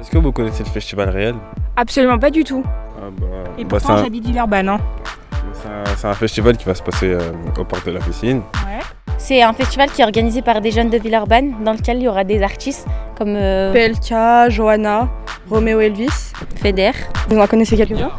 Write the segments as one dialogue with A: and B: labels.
A: Est-ce que vous connaissez le festival réel
B: Absolument pas du tout.
A: Ah bah,
B: Et
A: bah,
B: pourtant, j'habite Villeurbanne. Hein.
A: c'est un, c'est un- c'est un festival qui va se passer euh, au parc de la piscine.
B: Ouais.
C: C'est un festival qui est organisé par des jeunes de Villeurbanne, dans lequel il y aura des artistes comme euh,
D: PLK, Johanna, Roméo Elvis.
C: Feder.
D: Vous en connaissez quelques-uns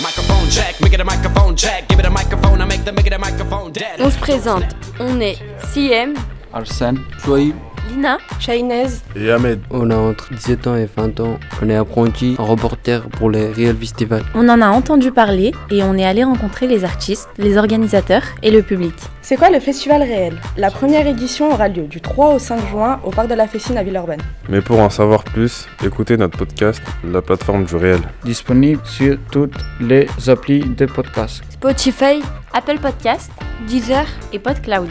E: Microphone check, make it a microphone check. Give it a microphone, I make the make it a microphone dead.
F: On se présente, on est CM,
G: Arsène, Chloé,
F: Lina,
D: Shainez.
A: Et Ahmed,
H: On a entre 17 ans et 20 ans. On est apprenti, un reporter pour les Real Festival.
C: On en a entendu parler et on est allé rencontrer les artistes, les organisateurs et le public.
D: C'est quoi le festival réel La première édition aura lieu du 3 au 5 juin au parc de la Fessine à Villeurbanne.
A: Mais pour en savoir plus, écoutez notre podcast, la plateforme du réel.
G: disponible sur toutes les applis de podcast.
F: Spotify,
C: Apple Podcast
F: Deezer.
C: et PodCloud.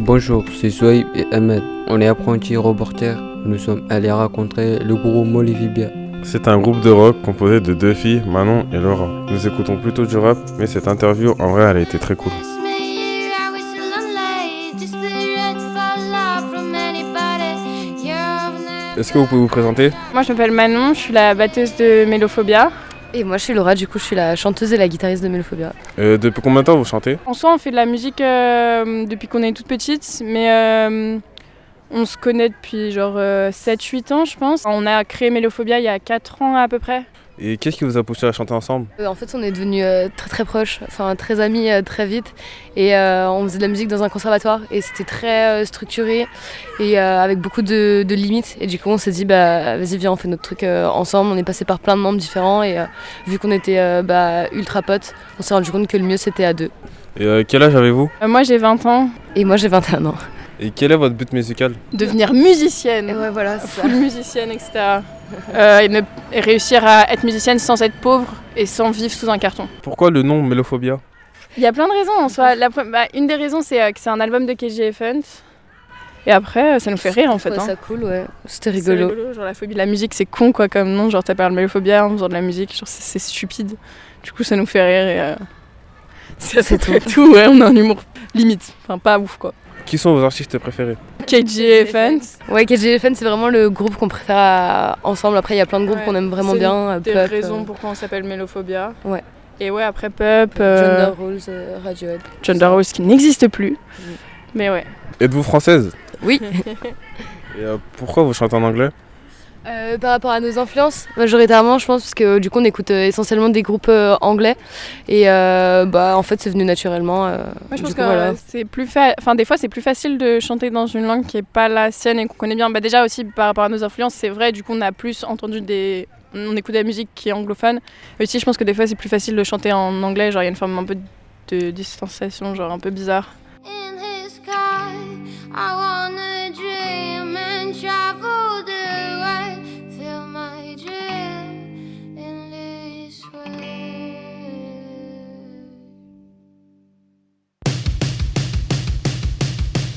H: Bonjour, c'est Soy et Ahmed. On est apprenti reporter. Nous sommes allés rencontrer le groupe Molivibia.
A: C'est un groupe de rock composé de deux filles, Manon et Laura. Nous écoutons plutôt du rap, mais cette interview en vrai elle a été très cool.
I: It's me, I whistle and lay, just the red fella from anybody. You've never
A: Est-ce que vous pouvez vous présenter
J: Moi, je m'appelle Manon, je suis la batteuse de Mélophobia.
F: Et moi je suis Laura, du coup je suis la chanteuse et la guitariste de Mélophobia.
A: Euh, Depuis combien de temps vous chantez
J: En soi, on fait de la musique euh, depuis qu'on est toute petite, mais euh, on se connaît depuis genre 7-8 ans, je pense. On a créé Mélophobia il y a 4 ans à peu près.
A: Et qu'est-ce qui vous a poussé à chanter ensemble
F: Euh, en fait on est devenus euh, très très proches, enfin très amis euh, très vite. Et euh, on faisait de la musique dans un conservatoire et c'était très euh, structuré et euh, avec beaucoup de, de limites. Et du coup on s'est dit bah vas-y viens on fait notre truc euh, ensemble. On est passé par plein de membres différents et euh, vu qu'on était euh, bah, ultra potes, on s'est rendu compte que le mieux c'était à deux.
A: Et euh, quel âge avez-vous
J: Euh, moi, j'ai 20 ans.
F: Et moi j'ai 21 ans.
A: Et quel est votre but musical
J: Devenir musicienne,
F: ouais voilà c'est
J: full musicienne, etc. Euh, et, ne- et réussir à être musicienne sans être pauvre et sans vivre sous un carton.
A: Pourquoi le nom Mélophobia
J: Il y a plein de raisons en soi. La pre- bah, une des raisons, c'est euh, que c'est un album de KG Elephant. Et après, euh, ça nous fait rire en fait. hein.
F: ça cool, ouais. C'était
J: C'est
F: rigolo.
J: Genre la phobie de la musique, c'est con quoi comme nom. Genre t'as parlé de mélophobie en faisant de la musique, genre c'est, c'est stupide. Du coup ça nous fait rire et euh, c'est, à peu
F: C'est
J: près tout. Ouais, on a un humour limite, enfin pas ouf quoi.
A: Qui sont vos artistes préférés
J: KG Elephant,
F: Ouais, KGFN, c'est vraiment le groupe qu'on préfère à- ensemble. Après, il y a plein de groupes
J: Ouais,
F: qu'on aime vraiment
J: c'est
F: bien. euh,
J: des
F: Pup,
J: raisons
F: euh,
J: pourquoi on s'appelle Mélophobia.
F: Ouais.
J: Et ouais après Pup,
F: Gender Mm.
J: euh,
F: Rules, euh, Radiohead.
J: Gender Rose qui n'existe plus. Mais ouais.
A: Êtes-vous française
F: Oui.
A: Et euh, pourquoi vous chantez en anglais
F: Euh, par rapport à nos influences, majoritairement, je pense, parce que du coup, on écoute euh, essentiellement des groupes euh, anglais. Et euh, bah, en fait, c'est venu naturellement. euh,
J: Moi, je
F: du
J: pense
F: coup,
J: que
F: voilà.
J: euh, c'est plus fa- enfin des fois c'est plus facile de chanter dans une langue qui est pas la sienne et qu'on connaît bien. Bah déjà aussi par rapport à nos influences, c'est vrai. Du coup, on a plus entendu des, on écoute de la musique qui est anglophone. Et aussi, je pense que des fois c'est plus facile de chanter en anglais. Genre il y a une forme un peu de distanciation, genre un peu bizarre.
I: in his sky. I wanna dream and travel the way. Feel my dream in this way.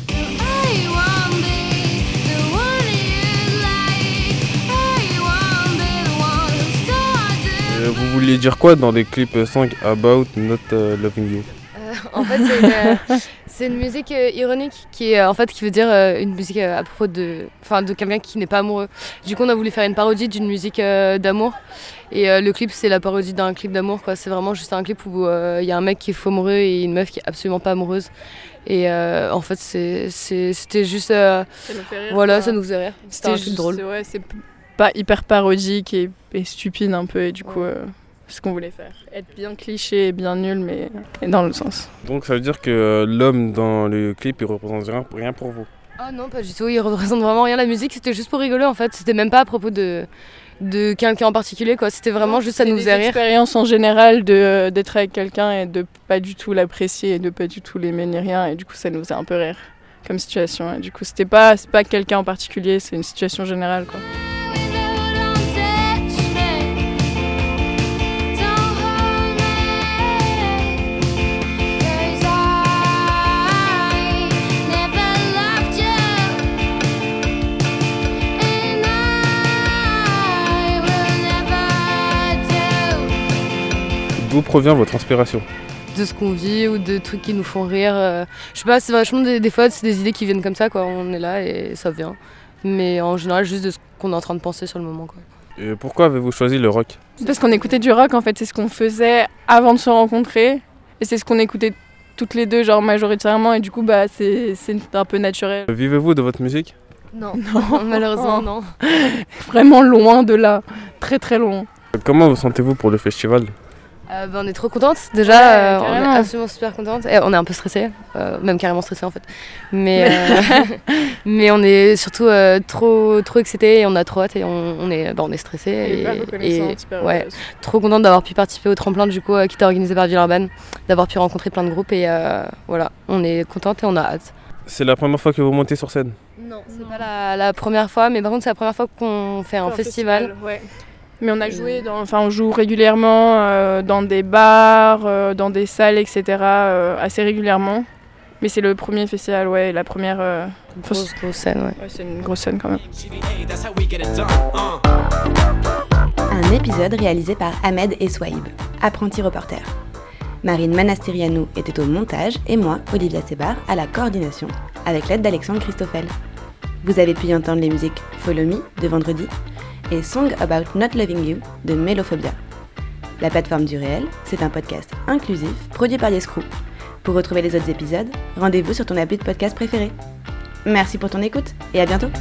I: I wanna be the one you like. I wanna be the one who's so hard to
A: Euh, Vous vouliez dire quoi dans des clips euh, song About Not euh, Loving You
F: En fait, c'est une, euh, c'est une musique euh, ironique qui est euh, en fait qui veut dire euh, une musique euh, à propos de, enfin, de quelqu'un qui n'est pas amoureux. Du coup, on a voulu faire une parodie d'une musique euh, d'amour. Et euh, le clip, c'est la parodie d'un clip d'amour. quoi. C'est vraiment juste un clip où euh, il y a un mec qui est faux amoureux et une meuf qui est absolument pas amoureuse. Et euh, en fait, c'est- c'est- c'était juste, euh, voilà, ça nous faisait rire. C'était un clip drôle.
J: Ouais, c'est p- pas hyper parodique et, et stupide un peu. Et du coup, euh, c'est ce qu'on voulait faire. Être bien cliché, et bien nul, mais et dans le sens.
A: Donc ça veut dire que euh, l'homme dans le clip il représente rien, rien pour vous.
F: Ah non, pas du tout. Il représente vraiment rien la musique. C'était juste pour rigoler en fait. C'était même pas à propos de de quelqu'un en particulier quoi. C'était vraiment juste ça
J: C'est
F: nous
J: des
F: faisait rire.
J: expériences en général de- euh, d'être avec quelqu'un et de pas du tout l'apprécier et de pas du tout l'aimer ni rien et du coup ça nous faisait un peu rire comme situation et du coup c'était pas c'est pas quelqu'un en particulier c'est une situation générale quoi.
A: D'où provient votre inspiration
F: de ce qu'on vit ou de trucs qui nous font rire. euh, Je sais pas, c'est vachement des, des fois, c'est des idées qui viennent comme ça, quoi. On est là et ça vient. Mais en général, juste de ce qu'on est en train de penser sur le moment, quoi.
A: Et pourquoi avez-vous choisi le rock
J: Parce qu'on écoutait du rock en fait, c'est ce qu'on faisait avant de se rencontrer et c'est ce qu'on écoutait toutes les deux genre majoritairement et du coup bah c'est c'est un peu naturel.
A: Vivez-vous de votre musique
F: Non,
J: Non.
F: malheureusement, non.
J: Vraiment loin de là, très très loin.
A: Comment vous sentez-vous pour le festival
F: Euh, ben, on est trop contente déjà,
J: Ouais,
F: euh, on
J: carrément.
F: est absolument super contente. Et on est un peu stressé, même carrément stressé en fait. Mais, euh, mais on est surtout euh, trop trop excité et on a trop hâte et on, on est ben, on est stressé et, et ouais, trop contente d'avoir pu participer au tremplin du coup euh, qui était organisé par Villeurbanne, d'avoir pu rencontrer plein de groupes et euh, voilà, on est contente et on a hâte.
A: C'est la première fois que vous montez sur scène.
F: Non, c'est pas la, la première fois, mais par contre c'est la première fois qu'on fait un festival. Euh.
J: Mais on a joué, dans, enfin on joue régulièrement euh, dans des bars, euh, dans des salles, etc. euh, assez régulièrement. Mais c'est le premier festival, ouais, la première. euh,
F: Grosse, grosse scène, ouais.
J: ouais, c'est une grosse scène quand même.
E: GVA, that's how we get it done. Uh.
K: Un épisode réalisé par Ahmed Eswaïb, apprenti reporter. Marine Manastirianou était au montage et moi, Olivia Sebar, à la coordination, avec l'aide d'Alexandre Christoffel. Vous avez pu y entendre les musiques Follow Me de vendredi et Song About Not Loving You de Mélophobia. La plateforme du réel, c'est un podcast inclusif produit par Yescrew. Pour retrouver les autres épisodes, rendez-vous sur ton appli de podcast préféré. Merci pour ton écoute et à bientôt!